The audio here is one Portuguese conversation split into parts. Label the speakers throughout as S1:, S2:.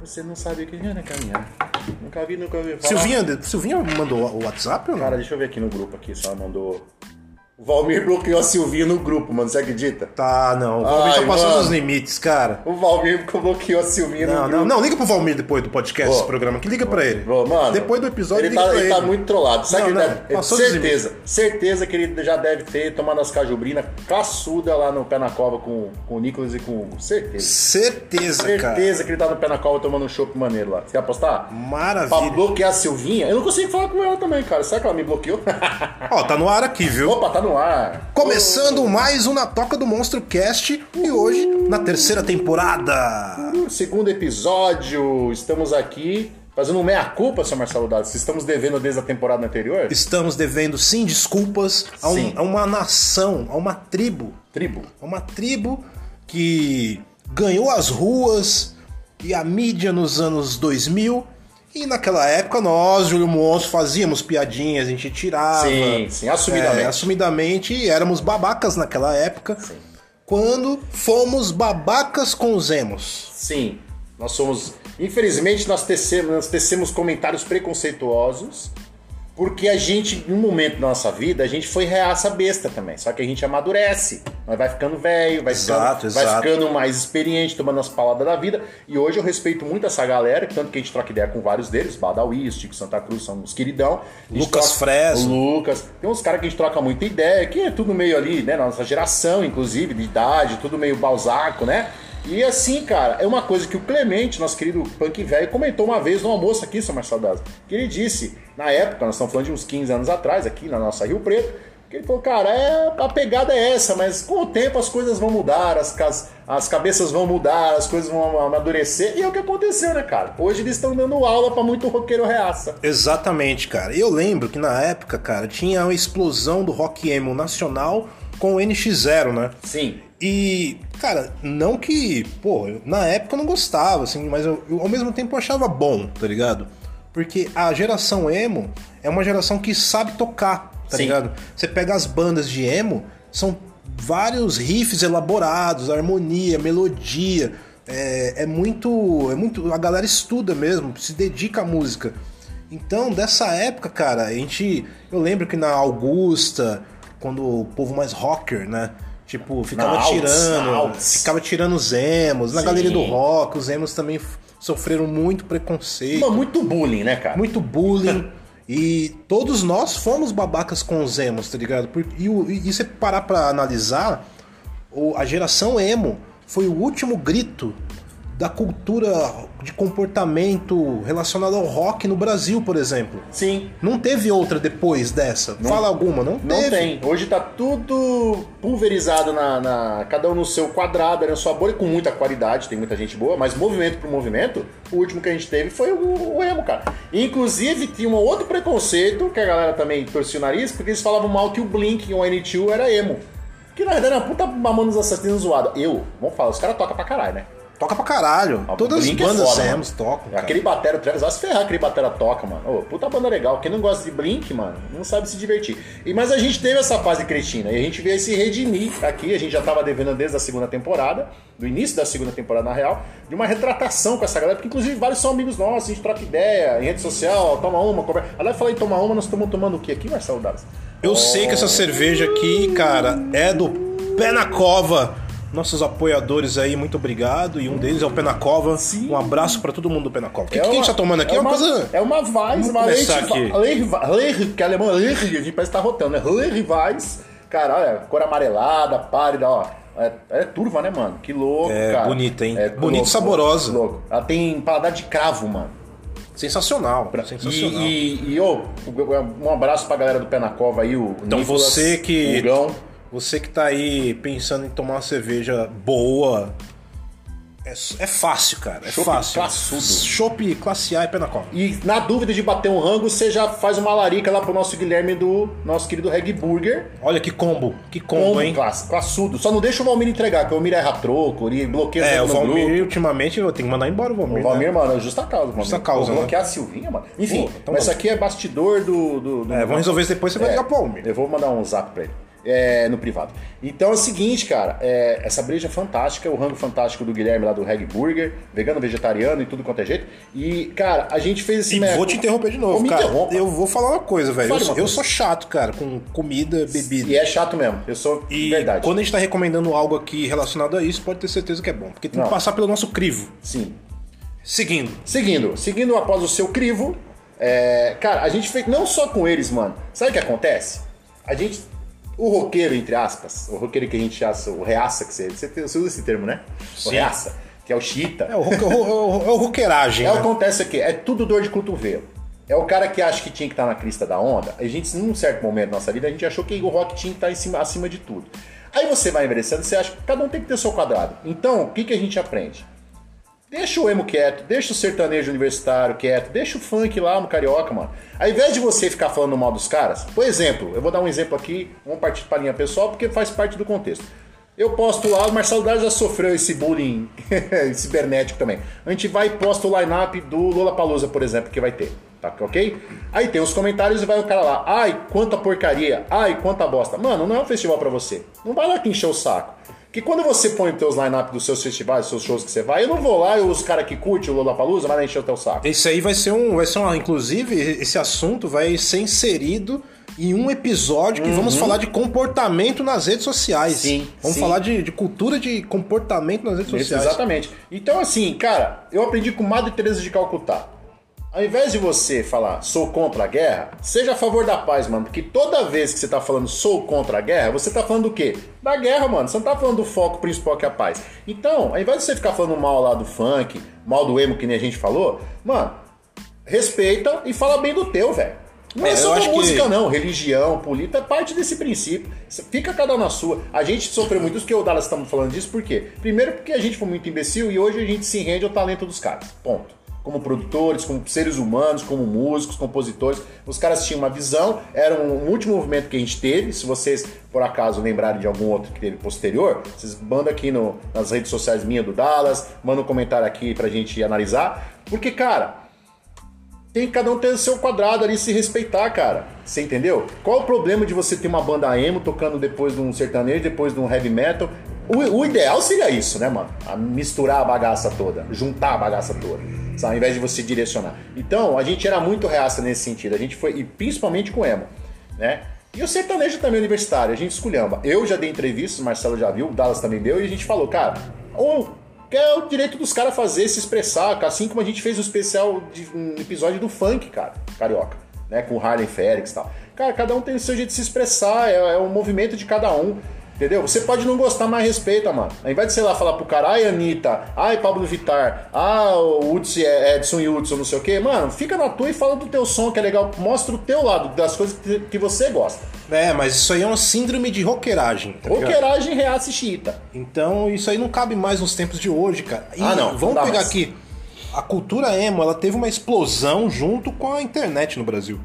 S1: Você não sabia que vinha, né, caminhando? Nunca vi, nunca ouvi falar.
S2: Silvinha, Silvinha mandou o WhatsApp ou não?
S1: Cara, deixa eu ver aqui no grupo aqui, só mandou. O Valmir bloqueou a Silvinha no grupo, mano. Você acredita?
S2: Tá, não. O Valmir
S1: Ai,
S2: tá passando
S1: mano.
S2: os limites, cara.
S1: O Valmir bloqueou a Silvinha
S2: Não,
S1: no grupo.
S2: não, não. Liga pro Valmir depois do podcast,
S1: Ô.
S2: esse programa aqui. Liga pra ele.
S1: Ô, mano,
S2: depois do episódio,
S1: ele
S2: liga
S1: tá,
S2: pra
S1: ele
S2: ele.
S1: tá muito trollado. Sabe que
S2: Não,
S1: ele
S2: não,
S1: deve-
S2: passou dos
S1: certeza, certeza que ele já deve ter tomado as cajubrinas classuda lá no pé na cova com, com o Nicolas e com o Hugo. Certeza.
S2: Certeza, cara.
S1: Certeza que ele tá no pé na cova tomando um chopp maneiro lá. Você quer apostar? Pra
S2: Maravilha.
S1: bloquear a Silvinha, eu não consigo falar com ela também, cara. Será que ela me bloqueou?
S2: Ó, tá no ar aqui, viu?
S1: Opa, tá no ar.
S2: Começando mais um Na Toca do Monstro Cast e hoje na terceira temporada.
S1: No segundo episódio, estamos aqui fazendo um meia-culpa, seu Marcelo Dado. Se estamos devendo desde a temporada anterior,
S2: Estamos devendo, sim, desculpas a, um-
S1: Sim.
S2: a uma nação, a uma tribo
S1: tribo.
S2: É uma tribo que ganhou as ruas e a mídia nos anos 2000. E naquela época nós, Júlio Monstro, fazíamos piadinhas, a gente tirava.
S1: Sim, sim, assumidamente.
S2: Ah, É, assumidamente e éramos babacas naquela época. Quando fomos babacas com os emos.
S1: Sim, nós somos. Infelizmente, nós tecemos, nós tecemos comentários preconceituosos, porque a gente, em um momento da nossa vida, a gente foi reaça besta também. Só que a gente amadurece, nós vai ficando velho, vai,
S2: Exato,
S1: ficando, vai
S2: exato.
S1: ficando mais experiente, tomando as palavras da vida. E hoje eu respeito muito essa galera, tanto que a gente troca ideia com vários deles: Badawi, Chico Santa Cruz, são uns queridão. A gente
S2: Lucas Fresno.
S1: Lucas. Tem uns caras que a gente troca muita ideia, que é tudo meio ali, né? Na nossa geração, inclusive, de idade, tudo meio balzaco, né? E assim, cara, é uma coisa que o Clemente, nosso querido punk velho, comentou uma vez no almoço aqui, seu Marcelo Daza, que ele disse, na época, nós estamos falando de uns 15 anos atrás, aqui na nossa Rio Preto, que ele falou, cara, é, a pegada é essa, mas com o tempo as coisas vão mudar, as, cas- as cabeças vão mudar, as coisas vão amadurecer, e é o que aconteceu, né, cara? Hoje eles estão dando aula pra muito roqueiro reaça.
S2: Exatamente, cara. Eu lembro que na época, cara, tinha uma explosão do rock emo nacional com o NX0, né?
S1: Sim,
S2: E, cara, não que, pô, eu- na época eu não gostava, assim, mas eu, eu, ao mesmo tempo eu achava bom, tá ligado? Porque a geração emo é uma geração que sabe tocar, tá
S1: Sim.
S2: ligado? Você pega as bandas de emo, são vários riffs elaborados, harmonia, melodia. É, é muito. É muito. A galera estuda mesmo, se dedica à música. Então, dessa época, cara, a gente. Eu lembro que na Augusta, quando o povo mais rocker, né? Tipo, ficava
S1: Alts,
S2: tirando.
S1: na Alts.
S2: Ficava tirando os emos. Na
S1: Sim.
S2: galeria do rock, os emos também f- sofreram muito preconceito.
S1: Mano, muito bullying, né, cara?
S2: muito bullying. e todos nós fomos babacas com os emos, tá ligado? Por- e, o- e, e se parar pra analisar, o- a geração emo foi o último grito da cultura de comportamento relacionado ao rock no Brasil, por exemplo.
S1: Sim,
S2: Não teve outra depois dessa. Fala alguma, não,
S1: não
S2: teve.
S1: tem. Hoje tá tudo pulverizado na, na- Cada um no seu quadrado, na sua bolha, com muita qualidade, tem muita gente boa, mas movimento por movimento, o último que a gente teve foi o, o emo, cara. Inclusive, tinha um outro preconceito, que a galera também torcia o nariz, porque eles falavam mal que o Blink e o N2 era emo. Que na verdade era uma puta mamonos assassinos zoada. Eu, vamos falar, os caras tocam pra caralho, né?
S2: Toca pra caralho.
S1: Ah,
S2: Todas as
S1: Blink é
S2: bandas
S1: foda, É
S2: emos tocam. cara.
S1: Aquele batera, o Travis, vai se ferrar aquele batera toca, mano. Ô, puta banda legal. Quem não gosta de Blink, mano, não sabe se divertir. E, mas a gente teve essa fase cretina e a gente veio se redimir aqui. A gente já tava devendo desde a segunda temporada, do início da segunda temporada, na real, de uma retratação com essa galera, porque inclusive vários são amigos nossos, a gente troca ideia em rede social, toma uma, conversa. Aliás, falei toma uma, nós estamos tomando o que aqui, Marcelo Dados?
S2: Eu sei que essa cerveja aqui, cara, é do Pé na Cova. Nossos apoiadores aí, muito obrigado. E um deles é o Pé na Cova.
S1: Sim.
S2: Um abraço pra todo mundo do Pé na Cova. O que, que a gente tá tomando aqui? É uma, coisa.
S1: É uma Weiss,
S2: Vamos
S1: uma
S2: começar
S1: Leite-
S2: aqui.
S1: Leite- Leite- que é alemão, Leite, a gente parece que tá rotando, né? Leite Weiss, cara, olha, cor amarelada, pálida, ó. É, é turva, né, mano? Que louco,
S2: É,
S1: cara.
S2: bonita, hein?
S1: que
S2: Bonita e saborosa.
S1: que Louco. Ela tem paladar de cravo, mano.
S2: Sensacional. Sensacional.
S1: é. E, e, e, ô, um abraço pra galera do Pé na Cova aí, o
S2: Então
S1: Nicolas,
S2: você que.
S1: o Hugão.
S2: Você que tá aí pensando em tomar uma cerveja boa. É, é fácil, cara. É
S1: Chopp
S2: fácil.
S1: classudo.
S2: Chopp classe A e Pé na Cova.
S1: E na dúvida de bater um rango, você já faz uma larica lá pro nosso Guilherme do nosso querido Reg Burger.
S2: Olha que combo. Que combo,
S1: Combo,
S2: hein?
S1: classe, classudo. Só não deixa o Valmir entregar, que o Valmir erra troco, ele bloqueia
S2: É, o
S1: tudo no
S2: Valmir,
S1: grupo.
S2: ultimamente, eu tenho que mandar embora o Valmir.
S1: O
S2: né?
S1: Valmir, mano, é justa causa. Valmir.
S2: Justa causa,
S1: Vou
S2: né?
S1: bloquear a Silvinha, mano. Enfim,
S2: Pô, então
S1: mas isso
S2: tá
S1: aqui é bastidor do... do, do
S2: É, vamos resolver isso depois, você vai
S1: É,
S2: ligar pro Almir.
S1: Eu vou mandar um zap pra ele. é, no privado. Então é o seguinte, cara, é, essa breja fantástica, o rango fantástico do Guilherme lá do Reg Burger, vegano, vegetariano e tudo quanto é jeito. E, cara, a gente fez esse
S2: E
S1: mea-
S2: vou te interromper de novo,
S1: Ou me
S2: cara.
S1: interrompa.
S2: Eu vou falar uma coisa, velho. Eu,
S1: Fale uma
S2: eu
S1: coisa.
S2: sou chato, cara, com comida, bebida.
S1: E é chato mesmo, eu sou
S2: E
S1: verdade.
S2: quando a gente tá recomendando algo aqui relacionado a isso, pode ter certeza que é bom. Porque tem
S1: Não.
S2: que passar pelo nosso crivo.
S1: Sim.
S2: Seguindo.
S1: Seguindo, seguindo após o seu crivo, é, cara, a gente fez não só com eles, mano. Sabe o que acontece? A gente, o roqueiro entre aspas, o roqueiro que a gente acha, o reaça que você, você, tem- você usa esse termo, né? O
S2: Sim.
S1: reaça, que é o chita.
S2: É o, roque- é o- é o roqueiragem.
S1: É o que
S2: né?
S1: acontece aqui, é tudo dor de cotovelo. É o cara que acha que tinha que estar na crista da onda. A gente, num certo momento da nossa vida, a gente achou que o rock tinha que estar em cima- acima de tudo. Aí você vai envelhecendo, você acha que cada um tem que ter seu quadrado. Então, o que, que a gente aprende? Deixa o emo quieto, deixa o sertanejo universitário quieto, deixa o funk lá no carioca, mano. Ao invés de você ficar falando mal dos caras, por exemplo, eu vou dar um exemplo aqui, vamos partir pra linha pessoal, porque faz parte do contexto. Eu posto lá, o Marcelo Daz já sofreu esse bullying cibernético também. A gente vai e posta o line-up do Lola Palusa, por exemplo, que vai ter. Tá ok? Aí tem os comentários e vai o cara lá. Ai, quanta porcaria. Ai, quanta bosta. Mano, não é um festival pra você. Não vai lá que encher o saco. Que quando você põe os teus line-up dos seus festivais, dos seus shows que você vai, eu não vou lá, eu, os caras que curte o Lollapalooza, vai lá encher o teu saco.
S2: Esse aí vai ser um. Vai ser uma. Inclusive, esse assunto vai ser inserido em um episódio que vamos falar de comportamento nas redes sociais.
S1: Sim,
S2: Vamos
S1: sim.
S2: falar de, de cultura de comportamento nas redes
S1: Isso,
S2: sociais.
S1: exatamente. Então, assim, cara, eu aprendi com Madre Teresa de Calcutá. Ao invés de você falar sou contra a guerra, seja a favor da paz, mano. Porque toda vez que você tá falando sou contra a guerra, você tá falando do quê? Da guerra, mano. Você não tá falando do foco principal que é a paz. Então, ao invés de você ficar falando mal lá do funk, mal do emo, que nem a gente falou, mano, respeita e fala bem do teu, velho. Não é,
S2: É, eu
S1: só da
S2: acho que-
S1: música, não. Religião, política, é parte desse princípio. Fica cada um na sua. A gente sofreu muito isso que eu e o Dallas estamos falando disso, por quê? Primeiro porque a gente foi muito imbecil e hoje a gente se rende ao talento dos caras. Ponto. Como produtores, como seres humanos, como músicos, compositores. Os caras tinham uma visão, era um último movimento que a gente teve. Se vocês, por acaso, lembrarem de algum outro que teve posterior, vocês mandam aqui no- nas redes sociais minha do Dallas, mandam um comentário aqui pra gente analisar. Porque, cara, tem cada um ter o seu quadrado ali se respeitar, cara. Você entendeu? Qual o problema de você ter uma banda emo tocando depois de um sertanejo, depois de um heavy metal? O, o ideal seria isso, né, mano? A misturar a bagaça toda, juntar a bagaça toda, sabe? Ao invés de você direcionar. Então, a gente era muito reaça nesse sentido. A gente foi, e principalmente com emo, né? E o sertanejo também é universitário, a gente esculhamba. Eu já dei entrevistas, o Marcelo já viu, o Dallas também deu, e a gente falou, cara, ou que é o direito dos caras fazer, se expressar, cara, assim como a gente fez o especial de um episódio do funk, cara, carioca, né? Com o Harley Félix e tal. Cara, cada um tem o seu jeito de se expressar, é, é o movimento de cada um. Entendeu? Você pode não gostar, mas respeita, mano. Ao invés de, sei lá, falar pro cara, ai, Anitta, ai, Pablo Vittar, ah, o Hudson, é- Edson e Hudson, não sei o quê. Mano, fica na tua e fala do teu som, que é legal. Mostra o teu lado, das coisas que- que você gosta.
S2: É, mas isso aí é uma síndrome de roqueiragem. Tá ligado?
S1: Roqueiragem, reaça e chita.
S2: Então isso aí não cabe mais nos tempos de hoje, cara. E
S1: Ah, não, não
S2: Vamos
S1: dá
S2: pegar
S1: mais.
S2: aqui. A cultura emo, ela teve uma explosão junto com a internet no Brasil.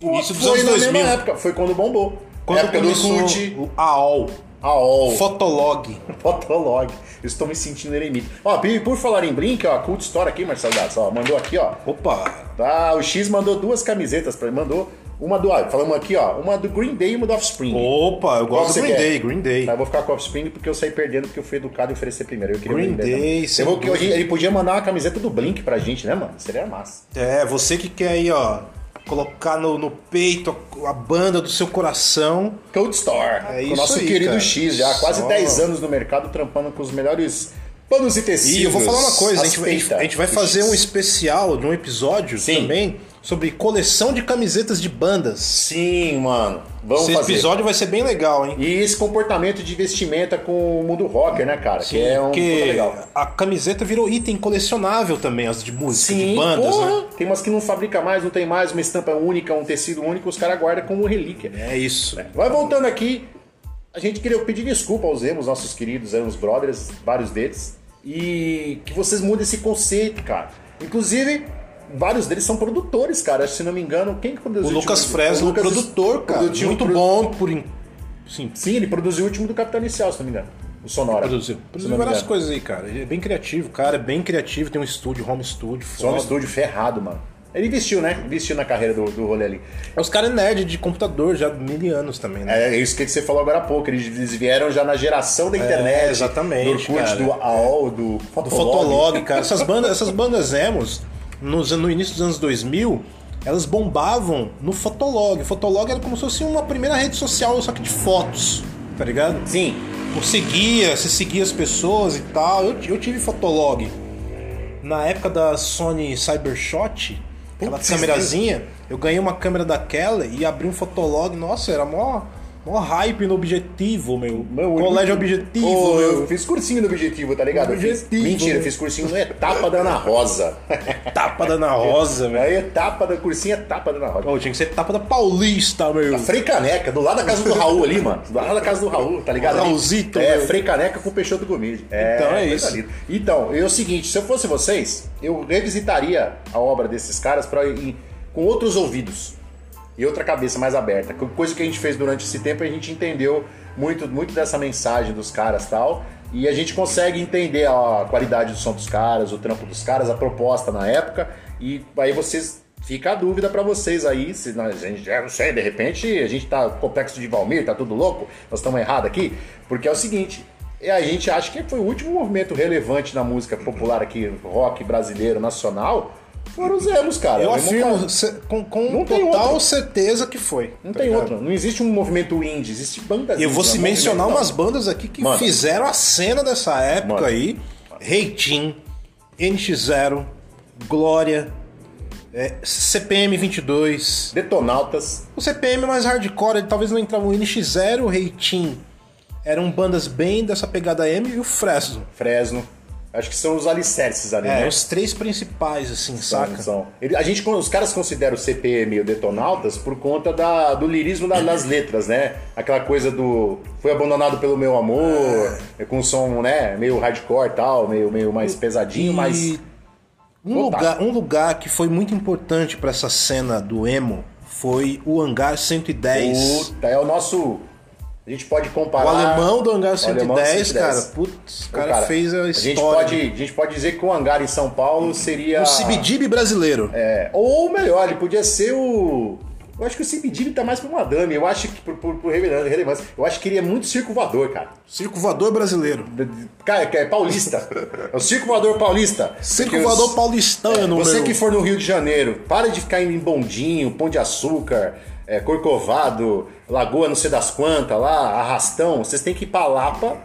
S2: Início dos
S1: Foi
S2: anos
S1: na mesma
S2: 2000.
S1: época, foi quando bombou.
S2: Quando
S1: época
S2: começou
S1: do surte,
S2: o AOL,
S1: AOL,
S2: Fotolog.
S1: Fotolog. Estou me sentindo eremita. Ó, por, por falar em Blink, ó, Cult Store aqui, Marcelo Gatos, ó, mandou aqui, ó.
S2: Opa,
S1: Tá, o X mandou duas camisetas pra ele, mandou uma do, ó, falamos aqui, ó, uma do Green Day e uma do Offspring.
S2: opa, eu
S1: Qual
S2: gosto
S1: você
S2: do Green
S1: quer?
S2: Day, Green Day.
S1: Tá, eu vou ficar com o Offspring porque eu saí perdendo porque eu fui educado em oferecer primeiro. Eu queria o
S2: Green Day,
S1: também.
S2: sem
S1: eu vou, que
S2: dúvida.
S1: Ele podia mandar uma camiseta do Blink pra gente, né, mano? Seria massa.
S2: É, você que quer aí, ó, colocar no, no peito a, a banda do seu coração.
S1: Code Store.
S2: É
S1: com o
S2: isso
S1: nosso
S2: aí,
S1: querido
S2: cara.
S1: X, já há quase
S2: Só.
S1: 10 anos no mercado, trampando com os melhores panos e tecidos.
S2: E eu vou falar uma coisa, a gente, vai- a gente-
S1: Aceita
S2: a gente vai
S1: o
S2: fazer
S1: X.
S2: um especial de um episódio
S1: Sim.
S2: também sobre coleção de camisetas de bandas.
S1: Sim, mano. Vamos
S2: Esse
S1: fazer.
S2: episódio vai ser bem legal, hein?
S1: E esse comportamento de vestimenta com o mundo rocker, né, cara? que é um
S2: Porque
S1: puta legal.
S2: a camiseta virou item colecionável também, as de música,
S1: Sim,
S2: de bandas,
S1: porra.
S2: né?
S1: Tem umas que não fabrica mais, não tem mais, uma estampa única, um tecido único, os caras guardam como relíquia. né?
S2: É isso.
S1: Vai voltando aqui. A gente queria pedir desculpa aos emos, nossos queridos emos brothers, vários deles, e que vocês mudem esse conceito, cara. Inclusive, vários deles são produtores, cara. Se não me engano, quem que
S2: O
S1: produziu
S2: Lucas
S1: último-
S2: Fresno,
S1: O um Lucas um
S2: produtor, cara.
S1: produziu-
S2: Muito
S1: produ-
S2: bom por. in- Sim,
S1: Sim, ele produziu o último do Capitão Inicial, se não me engano. O Sonora.
S2: produziu.
S1: Se
S2: Produziu
S1: não me
S2: várias
S1: engano.
S2: coisas aí, cara. Ele é bem criativo, cara. É bem criativo, tem um estúdio, home studio,
S1: Só um
S2: foda.
S1: estúdio ferrado, mano. Ele investiu, né? Investiu na carreira do, do rolê ali.
S2: Os caras é nerd de computador já há mil anos também, né?
S1: É isso que você falou agora há pouco. Eles, eles vieram já na geração da internet.
S2: É, exatamente,
S1: Do Orkut,
S2: cara.
S1: do AOL, do
S2: do
S1: Fotolog.
S2: Fotolog, cara. Essas bandas, essas bandas emos, nos, no início dos anos 2000, elas bombavam no Fotolog. O Fotolog era como se fosse uma primeira rede social, só que de fotos, tá ligado?
S1: Sim.
S2: Você seguia, você seguia as pessoas e tal. Eu, eu tive Fotolog. Na época da Sony Cybershot, aquela
S1: Putz,
S2: câmerazinha, eu ganhei uma câmera daquela e abri um Fotolog. Nossa, era mó, mó hype no objetivo, meu.
S1: Meu,
S2: Colégio
S1: eu-
S2: Objetivo.
S1: Ô,
S2: meu.
S1: eu fiz cursinho no Objetivo, tá ligado? Eu fiz-
S2: Objetivo.
S1: Mentira, eu fiz cursinho no Etapa da Ana Rosa.
S2: Tapa da Ana Rosa, velho.
S1: É etapa da cursinha, etapa da Ana Rosa.
S2: Ô, tinha que ser tapa da Paulista, meu.
S1: Frei Caneca, do lado da casa do Raul ali, mano. Do lado da casa do Raul, tá ligado?
S2: Raulzito,
S1: É,
S2: meu.
S1: Frei Caneca com o Peixoto Gomide.
S2: Então é
S1: coisa
S2: isso.
S1: linda. Então, é o seguinte, se eu fosse vocês, eu revisitaria a obra desses caras pra ir com outros ouvidos e outra cabeça mais aberta. Co- Coisa que a gente fez durante esse tempo, a gente entendeu muito, muito dessa mensagem dos caras tal. E a gente consegue entender a qualidade do som dos caras, o trampo dos caras, a proposta na época. E aí vocês. Fica a dúvida pra vocês aí, se nós, a gente, eu não sei, de repente a gente tá complexo de Valmir, tá tudo louco, nós estamos errados aqui, porque é o seguinte, e a gente acha que foi o último movimento relevante na música popular aqui, rock brasileiro, nacional, foram os emos, cara.
S2: Eu tá
S1: O emo
S2: afirmo se- com, com um
S1: Não tem
S2: total
S1: outra.
S2: certeza que foi.
S1: não
S2: tá
S1: tem
S2: ligado?
S1: outra. Não existe um movimento indie, existe bandas
S2: Eu vou
S1: indies,
S2: se
S1: é um
S2: mencionar
S1: movimento,
S2: umas bandas aqui que
S1: Manda.
S2: fizeram a cena dessa época
S1: Manda.
S2: aí. Reitinho, NX0, Glória, é, CPM22.
S1: não. Detonautas.
S2: O CPM mais hardcore, ele talvez não entrava o NX0, o Reitinho. Eram bandas bem dessa pegada M e o Fresno.
S1: Fresno. Acho que são os alicerces ali,
S2: É,
S1: né?
S2: os três principais, assim,
S1: São-
S2: saca?
S1: são. Ele- a gente, os caras consideram o CPM e o Detonautas por conta da- do lirismo da- das letras, né? Aquela coisa do foi abandonado pelo meu amor, é. com um som, né, meio hardcore e tal, meio, meio mais pesadinho,
S2: E
S1: mas
S2: um
S1: Opa.
S2: lugar, um lugar que foi muito importante pra essa cena do emo foi o Hangar 110.
S1: puta, é o nosso a gente pode
S2: O,
S1: comparar
S2: alemão do Hangar
S1: O alemão
S2: 110,
S1: 110.
S2: cara, putz, o
S1: Ô,
S2: cara, fez a
S1: gente
S2: história. né?
S1: pode, a gente pode dizer que o hangar em São Paulo seria
S2: O Cibidib brasileiro.
S1: É, ou melhor, ele podia ser o. Eu acho que o Cibidini tá mais pro Madame, eu acho que por, por, por rele- relevância. Eu acho que ele é muito circo voador, cara.
S2: Circo voador brasileiro.
S1: D- d- Cara, que é paulista. É o circo voador paulista.
S2: Circo
S1: Porque é os- É,
S2: voador paulistano,
S1: Você
S2: meu.
S1: que for no Rio de Janeiro, para de ficar indo em bondinho, pão de açúcar, é, corcovado, lagoa não sei das quantas lá, arrastão. Vocês têm que ir pra Lapa,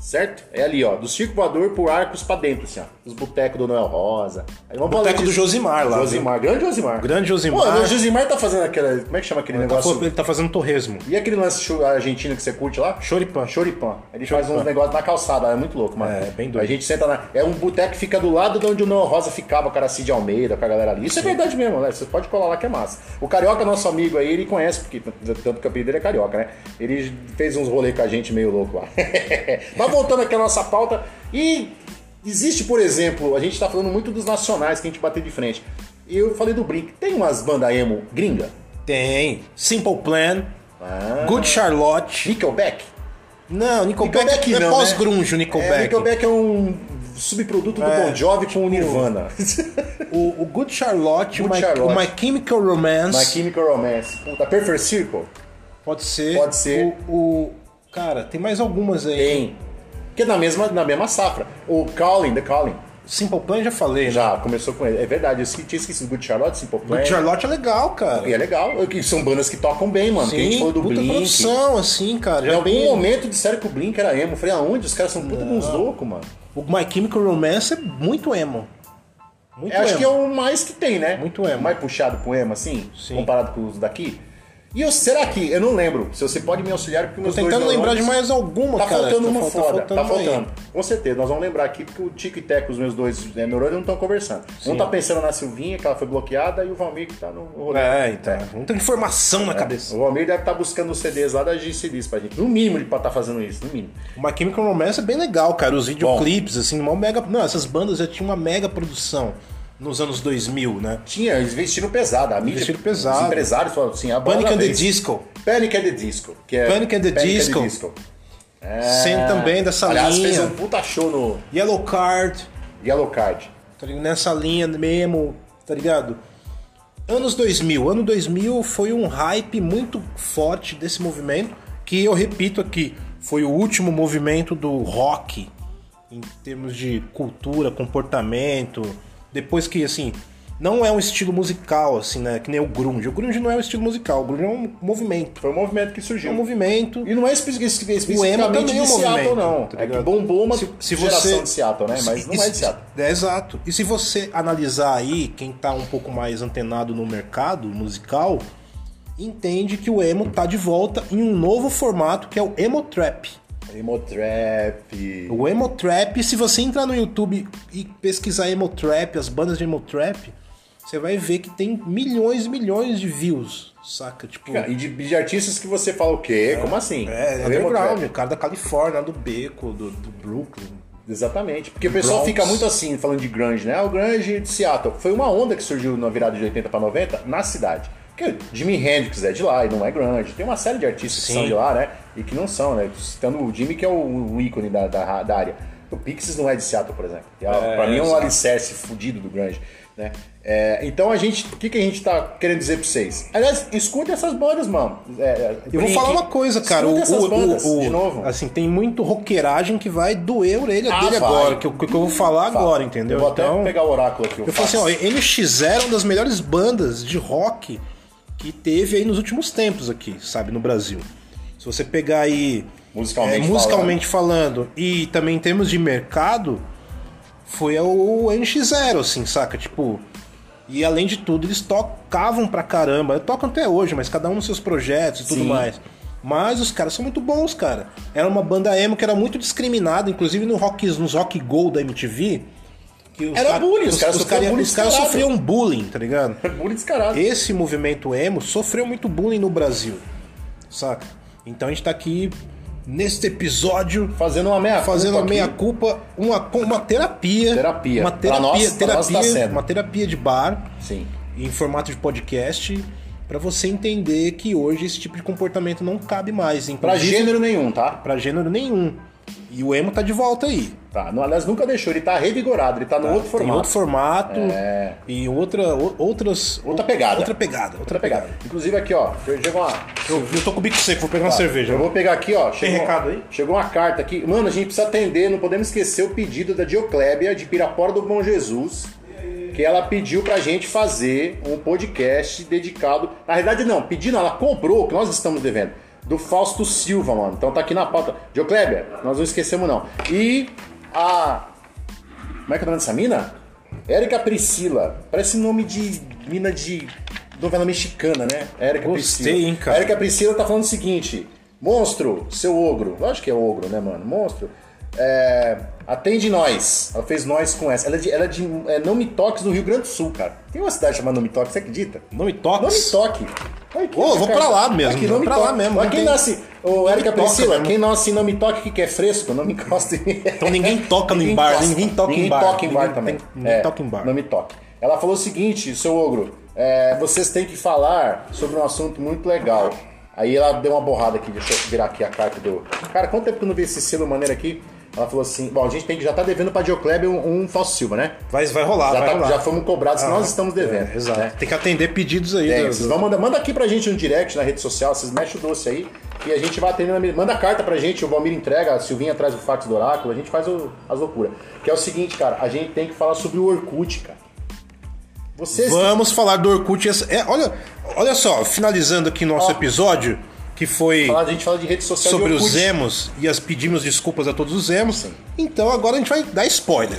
S1: certo? É ali, ó. Do circo voador por arcos pra dentro, assim, ó. Os botecos do Noel Rosa. Aí vamos falar
S2: Boteco do
S1: disso.
S2: Josimar lá. né?
S1: Josimar, grande Josimar.
S2: Grande Josimar.
S1: Pô, o Josimar tá fazendo aquela. Como é que chama aquele
S2: Ele tá,
S1: negócio?
S2: fo- ele tá fazendo torresmo.
S1: E aquele lance chu- argentino que você curte lá?
S2: Choripan.
S1: Choripan. Ele faz
S2: Choripan.
S1: uns negócios na calçada, é muito louco, mano.
S2: É, é bem doido.
S1: A gente senta na. É um boteco que fica do lado de onde o Noel Rosa ficava, o cara Cid Almeida, com a galera ali. Isso é verdade mesmo, né? Você pode colar lá que é massa. O Carioca, nosso amigo aí, ele conhece, porque t- tanto que o apelido dele é Carioca, né? Ele fez uns rolês com a gente meio louco lá. Mas voltando aqui à nossa pauta. E existe, por exemplo, a gente tá falando muito dos nacionais que a gente bateu de frente. E eu falei do Brink. Tem umas bandas emo gringa?
S2: Tem. Simple Plan.
S1: Ah.
S2: Good Charlotte.
S1: Nickelback?
S2: Não, Nickelback,
S1: Nickelback
S2: é
S1: não, né?
S2: pós-grunge, o
S1: É,
S2: Nickelback.
S1: Nickelback é um subproduto do
S2: É,
S1: Bon Jovi com o Nirvana.
S2: O, o Good Charlotte,
S1: Good
S2: o, My,
S1: Charlotte.
S2: o My Chemical Romance.
S1: My Chemical Romance. Puta, Perfect Circle?
S2: Pode ser.
S1: Pode ser.
S2: O, o- Cara, tem mais algumas aí.
S1: Tem. Que é na mesma, na mesma safra. O Calling, The Calling.
S2: Simple Plan já falei, né?
S1: Já começou com ele. É verdade, eu esque- tinha esquecido Good Charlotte, Simple Plan.
S2: Good Charlotte é legal, cara.
S1: E é legal. Que são bandas que tocam bem, mano. que a gente falou do
S2: puta
S1: Blink.
S2: produção, assim, cara.
S1: Em
S2: Já
S1: algum
S2: bem...
S1: momento disseram que o Blink era emo. Eu falei, aonde? Os caras são puta de uns loucos, mano.
S2: O My Chemical Romance é muito emo. Muito
S1: Eu
S2: emo.
S1: acho que é o mais que tem, né?
S2: Muito emo.
S1: Mais puxado pro emo, assim,
S2: Sim.
S1: comparado com os daqui. E eu, será que, eu não lembro, se você pode me auxiliar, porque meus
S2: Tô tentando
S1: dois
S2: lembrar
S1: neurônios-
S2: de mais alguma,
S1: Tá
S2: cara.
S1: faltando uma
S2: fal-
S1: foda, tá
S2: aí.
S1: faltando. Com certeza, nós vamos lembrar aqui, porque o Tico e Teco, os meus dois né, neurônios, não estão conversando. Um tá pensando na Silvinha, que ela foi bloqueada, e o Valmir que tá no rolê.
S2: É, então. Muita informação na cabeça.
S1: O Valmir deve estar buscando os CDs lá da GCDs pra gente. No mínimo ele pode estar fazendo isso, no mínimo.
S2: O My Chemical Romance é bem legal, cara. Os videoclipes, assim, uma mega. Não, essas bandas já tinham uma mega produção nos anos 2000, né?
S1: Tinha, eles investiram pesado. A mídia,
S2: Investiram pesado.
S1: Os empresários falaram assim, a
S2: Panic
S1: banda
S2: and the
S1: vez.
S2: Disco.
S1: Panic at the Disco. Que é
S2: Panic at the Disco. Sendo também dessa
S1: Aliás,
S2: linha.
S1: fez um puta show no
S2: Yellow Card,
S1: Yellow Card.
S2: tá ligado? nessa linha mesmo, tá ligado? Anos 2000. Ano 2000 foi um hype muito forte desse movimento, que eu repito aqui, foi o último movimento do rock em termos de cultura, comportamento. Depois que, assim, não é um estilo musical, assim, né? Que nem o grunge. O grunge não é um estilo musical, o grunge é um movimento.
S1: Foi um movimento que
S2: É
S1: surgiu.
S2: um movimento.
S1: E não é espe- espe-
S2: O emo
S1: especificamente
S2: também é
S1: de
S2: um
S1: Seattle,
S2: movimento,
S1: não.
S2: tá
S1: É que
S2: ligado?
S1: bombou uma
S2: Se- se
S1: geração
S2: você-
S1: de Seattle, né? Mas não
S2: E
S1: é
S2: se-
S1: de Seattle.
S2: É exato. E se você analisar aí, quem tá um pouco mais antenado no mercado musical, entende que o emo tá de volta em um novo formato que é o emo trap.
S1: Emotrap.
S2: O emo trap, se você entrar no YouTube e pesquisar emo trap, as bandas de emo trap, você vai ver que tem milhões e milhões de views, saca? Tipo,
S1: E de, de artistas que você fala o quê? Como assim?
S2: é, é
S1: Emo trap.
S2: underground, o cara da Califórnia, do Beco, do, do Brooklyn.
S1: Exatamente. Porque o pessoal
S2: Bronx.
S1: fica muito assim, falando de grunge, né? Ah, O grunge de Seattle. Foi uma onda que surgiu na virada de 80 para 90 na cidade. Porque Jimi Hendrix é de lá e não é grunge. Tem uma série de artistas que
S2: Sim.
S1: são de lá, né? E que não são, né? Citando o Jimmy, que é o, o ícone da, da, da área. O Pixies não é de Seattle, por exemplo. E, ó, pra mim é um
S2: exato.
S1: alicerce fudido do grunge, né? É, então a gente... O que, que a gente tá querendo dizer pra vocês? Aliás, escuta essas bandas, mano. É, é,
S2: Eu vou
S1: Blink.
S2: falar uma coisa, cara. O,
S1: Escuta essas
S2: o-
S1: bandas,
S2: o- o-
S1: de novo.
S2: Assim, tem muito roqueiragem que vai doer a orelha
S1: Ah,
S2: dele
S1: vai.
S2: agora, que, eu- que eu vou falar
S1: Fala.
S2: agora, entendeu?
S1: Eu vou até
S2: então,
S1: pegar o oráculo aqui.
S2: eu falo assim,
S1: faço.
S2: ó, NX Zero é uma das melhores bandas de rock que teve aí nos últimos tempos aqui, sabe, no Brasil. Se você pegar aí
S1: Musicalmente
S2: é, musicalmente falando e também em termos de mercado, foi o NX Zero, assim, saca? Tipo. E além de tudo, eles tocavam pra caramba. Tocam até hoje, mas cada um nos seus projetos e tudo
S1: Sim.
S2: mais. Mas os caras são muito bons, cara. Era uma banda emo que era muito discriminada, inclusive no rock, nos Rock Gold da MTV. que os
S1: Era bullying, os caras
S2: os
S1: sofriam bullying
S2: os caras
S1: descarado. É
S2: sofriam bullying, tá ligado?
S1: Bullying descarado.
S2: esse movimento emo sofreu muito bullying no Brasil, saca? Então a gente tá aqui neste episódio
S1: Fazendo uma meia
S2: fazendo a
S1: aqui.
S2: meia culpa, uma co- uma terapia,
S1: Terapia.
S2: uma
S1: Pra
S2: terapia,
S1: nós- pra nós tá
S2: terapia,
S1: sendo.
S2: uma terapia de bar
S1: Sim.
S2: em formato de podcast pra você entender que hoje esse tipo de comportamento não cabe mais,
S1: Pra
S2: inclusive
S1: gênero nenhum, tá?
S2: pra gênero nenhum. E o emo tá de volta aí.
S1: Tá. Não, aliás, nunca deixou. Ele tá revigorado. Ele tá no outro
S2: Tem
S1: formato.
S2: outro formato
S1: É.
S2: e outra o- outras
S1: Outra pegada.
S2: outra pegada, outra pegada.
S1: Inclusive aqui, ó. Deixa eu deixa eu uma...
S2: Eu, eu tô com o bico seco, vou pegar uma cerveja.
S1: Eu vou pegar aqui, ó. Chegou,
S2: recado aí?
S1: Chegou uma carta aqui. Mano, a gente precisa atender, não podemos esquecer o pedido da Dioclébia de Pirapora do Bom Jesus. Que ela pediu pra gente fazer um podcast dedicado. Na verdade, não, pedindo, ela comprou, que nós estamos devendo. Do Fausto Silva, mano. Então tá aqui na pauta. Dioclébia, nós não esquecemos, não. E a. Como é que é o nome dessa mina? Érica Priscila. Parece nome de mina de novela mexicana, né? Érica
S2: Gostei,
S1: Priscila.
S2: hein, cara?
S1: A Érica Priscila tá falando o seguinte: Monstro, seu ogro. Eu acho que é ogro, né, mano? Monstro. é, atende nós. Ela fez nós com essa. Ela é de, ela é de é, Nome Toques, no Rio Grande do Sul, cara. Tem uma cidade chamada Nome Toques, você acredita? Nome
S2: Nome Tox.
S1: Toque. Olha aqui,
S2: Ô,
S1: olha,
S2: vou
S1: cara.
S2: pra lá mesmo,
S1: Aqui,
S2: vou
S1: nome
S2: pra
S1: toque.
S2: lá mesmo,
S1: Mas
S2: não
S1: quem
S2: tem-
S1: nasce. Ô, Érica
S2: toca
S1: Priscila,
S2: mesmo.
S1: quem nasce não me toque que é fresco, não me encosta em mim.
S2: Então ninguém toca no bar,
S1: encosta.
S2: ninguém toca em
S1: Ninguém
S2: bar.
S1: toca em bar
S2: Ninguém
S1: também.
S2: tem- ninguém toca em bar.
S1: Não me toque. Ela falou o seguinte, seu ogro, é, vocês têm que falar sobre um assunto muito legal. Aí ela deu uma borrada aqui, deixa eu virar aqui a carta do. Cara, quanto tempo que eu não vi esse selo maneiro aqui? Ela falou assim: bom, a gente tem que já tá devendo pra Diocleb um, um Fausto Silva, né?
S2: Vai, vai rolar,
S1: Já,
S2: Ah, vai
S1: tá-
S2: rolar.
S1: já fomos cobrados, nós estamos devendo.
S2: É, exato.
S1: né?
S2: Tem que atender pedidos aí. né?
S1: É,
S2: do-
S1: vocês vão mandar, manda aqui pra gente no direct, na rede social, vocês mexem o doce aí e a gente vai atendendo. a me- Manda carta pra gente, o Valmir entrega, a Silvinha traz o fax do oráculo, a gente faz o- as loucuras. Que é o seguinte, cara, a gente tem que falar sobre o Orkut, cara. Vocês.
S2: Vamos falar do Orkut. Essa- É, olha, olha só, finalizando aqui nosso episódio, que foi
S1: falar- A gente fala de rede social
S2: sobre
S1: de Orkut.
S2: os emos e as pedimos desculpas a todos os emos. Então agora a gente vai dar spoiler.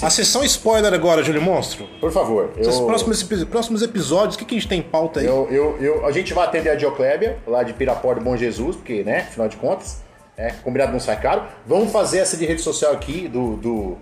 S2: A sessão spoiler agora, Júlio Monstro.
S1: Por favor, eu,
S2: Esses próximos, epi- próximos episódios, o que, que a gente tem em pauta aí?
S1: eu, eu, eu- a gente vai atender a Dioclébia, lá de Pirapora do Bom Jesus, porque, né, afinal de contas, é, combinado não sai caro. Vamos fazer essa de rede social aqui do, do,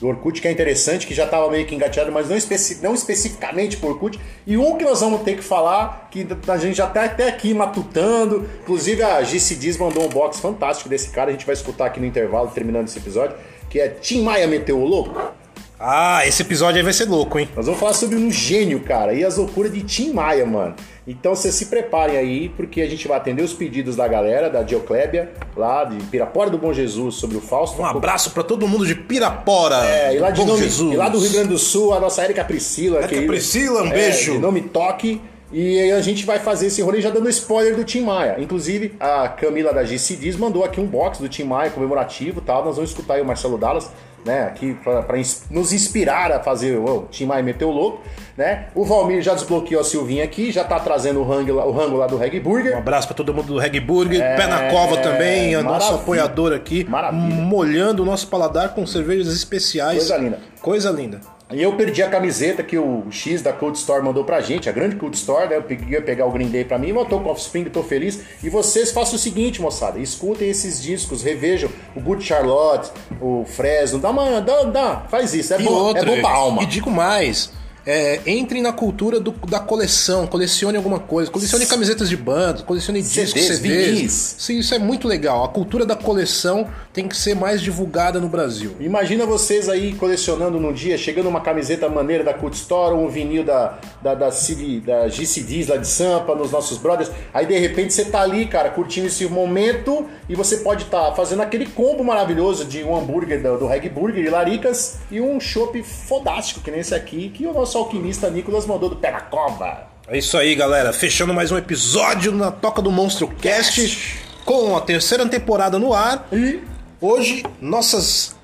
S1: do Orkut, que é interessante, que já tava meio que engateado, mas não, especi, não especificamente por Orkut. E um que nós vamos ter que falar, que a gente já tá até aqui matutando. Inclusive, a GC Diz mandou um box fantástico desse cara, a gente vai escutar aqui no intervalo, terminando esse episódio, que é Tim Maia meteu o louco.
S2: Ah, esse episódio aí vai ser louco, hein?
S1: Nós vamos falar sobre um gênio, cara, e as loucuras de Tim Maia, mano. Então vocês se preparem aí, porque a gente vai atender os pedidos da galera, da Dioclébia, lá de Pirapora do Bom Jesus, sobre o Fausto.
S2: Um abraço para todo mundo de Pirapora.
S1: É, e lá, de
S2: Bom
S1: nome-
S2: Jesus.
S1: e lá do Rio Grande do Sul, a nossa Érica Priscila.
S2: Érica
S1: querida.
S2: Priscila, um
S1: É,
S2: beijo.
S1: de nome Toque. E aí a gente vai fazer esse rolê já dando spoiler do Tim Maia. Inclusive, a Camila da GC Diz mandou aqui um box do Tim Maia comemorativo e tal. Nós vamos escutar aí o Marcelo Dallas, né? Aqui pra, pra ins- nos inspirar a fazer "Uou, o Tim Maia meteu o louco, né? O Valmir já desbloqueou a Silvinha aqui, já tá trazendo o rango, lá- o rango lá do Reg Burger.
S2: Um abraço para todo mundo do Reg Burger, Pé na Cova também, a nossa
S1: É, maravilha.
S2: apoiadora aqui,
S1: Maravilha.
S2: molhando o nosso paladar com cervejas especiais.
S1: Coisa linda.
S2: Coisa linda.
S1: E eu perdi a camiseta que o X da Cold Store mandou pra gente, a grande Cold Store, né? Eu peguei- ia pegar o Green Day pra mim, voltou com o Offspring, tô feliz. E vocês façam o seguinte, moçada, escutem esses discos, revejam o Good Charlotte, o Fresno, dá uma. Dá, dá, faz isso, é,
S2: E
S1: bom, é bom pra alma.
S2: E digo mais. é, entrem na cultura do- da coleção, colecione alguma coisa, colecione camisetas de bandas, colecione
S1: CDs,
S2: discos, CDs.
S1: vinis.
S2: Sim, isso é muito legal. A cultura da coleção tem que ser mais divulgada no Brasil.
S1: Imagina vocês aí colecionando num dia, chegando uma camiseta maneira da Cut Store, um vinil da, da, da, CD da GCDs lá de Sampa, nos nossos brothers. Aí de repente você tá ali, cara, curtindo esse momento e você pode estar fazendo aquele combo maravilhoso de um hambúrguer do, do Reg Burger e Laricas e um chopp fodástico, que nem esse aqui, que o nosso alquimista Nicolas mandou do Pé na Cova.
S2: É isso aí, galera. Fechando mais um episódio na Toca do Monstro Cast com a terceira temporada no ar.
S1: E
S2: Hoje, nossas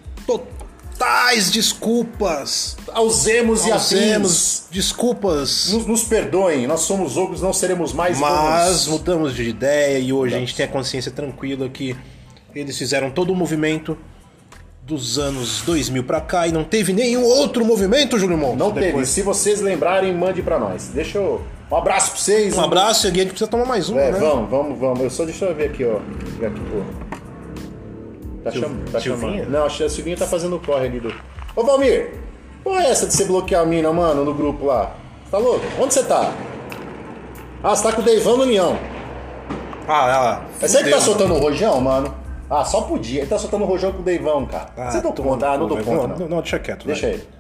S2: totais desculpas.
S1: ausemos e afins.
S2: Fazemos desculpas,
S1: Nos, nos perdoem, nós somos ogros, não seremos mais
S2: mas
S1: ogros.
S2: mudamos de ideia e hoje a gente tem a consciência tranquila que eles fizeram todo o movimento dos anos 2000 pra cá e não teve nenhum outro movimento, Júlio Monte.
S1: Não teve. Se vocês lembrarem, mande pra nós. Deixa eu. Um abraço pra vocês.
S2: Um abraço e a gente precisa tomar mais uma,
S1: É,
S2: né?
S1: vamos, vamos, vamos. Eu só deixa eu ver aqui, ó. Ver aqui, pô. Tá,
S2: Sil-
S1: cham... tá
S2: Silvinha?
S1: chamando. Não, a Silvinha tá fazendo o corre ali do. Ô Valmir! Porra é essa de você bloquear a mina, mano, no grupo lá? Tá louco? Onde você tá? Ah, você tá com o Deivão no União.
S2: Ah, ah,
S1: É você que
S2: fudeu.
S1: tá soltando o rojão, mano? Ah, só podia. Ele tá soltando o rojão com o Deivão, cara.
S2: Ah,
S1: você dá
S2: toma
S1: conta? Ah, não
S2: no cu,
S1: dou
S2: velho.
S1: conta, não.
S2: Não, deixa quieto.
S1: Deixa
S2: vai.
S1: ele.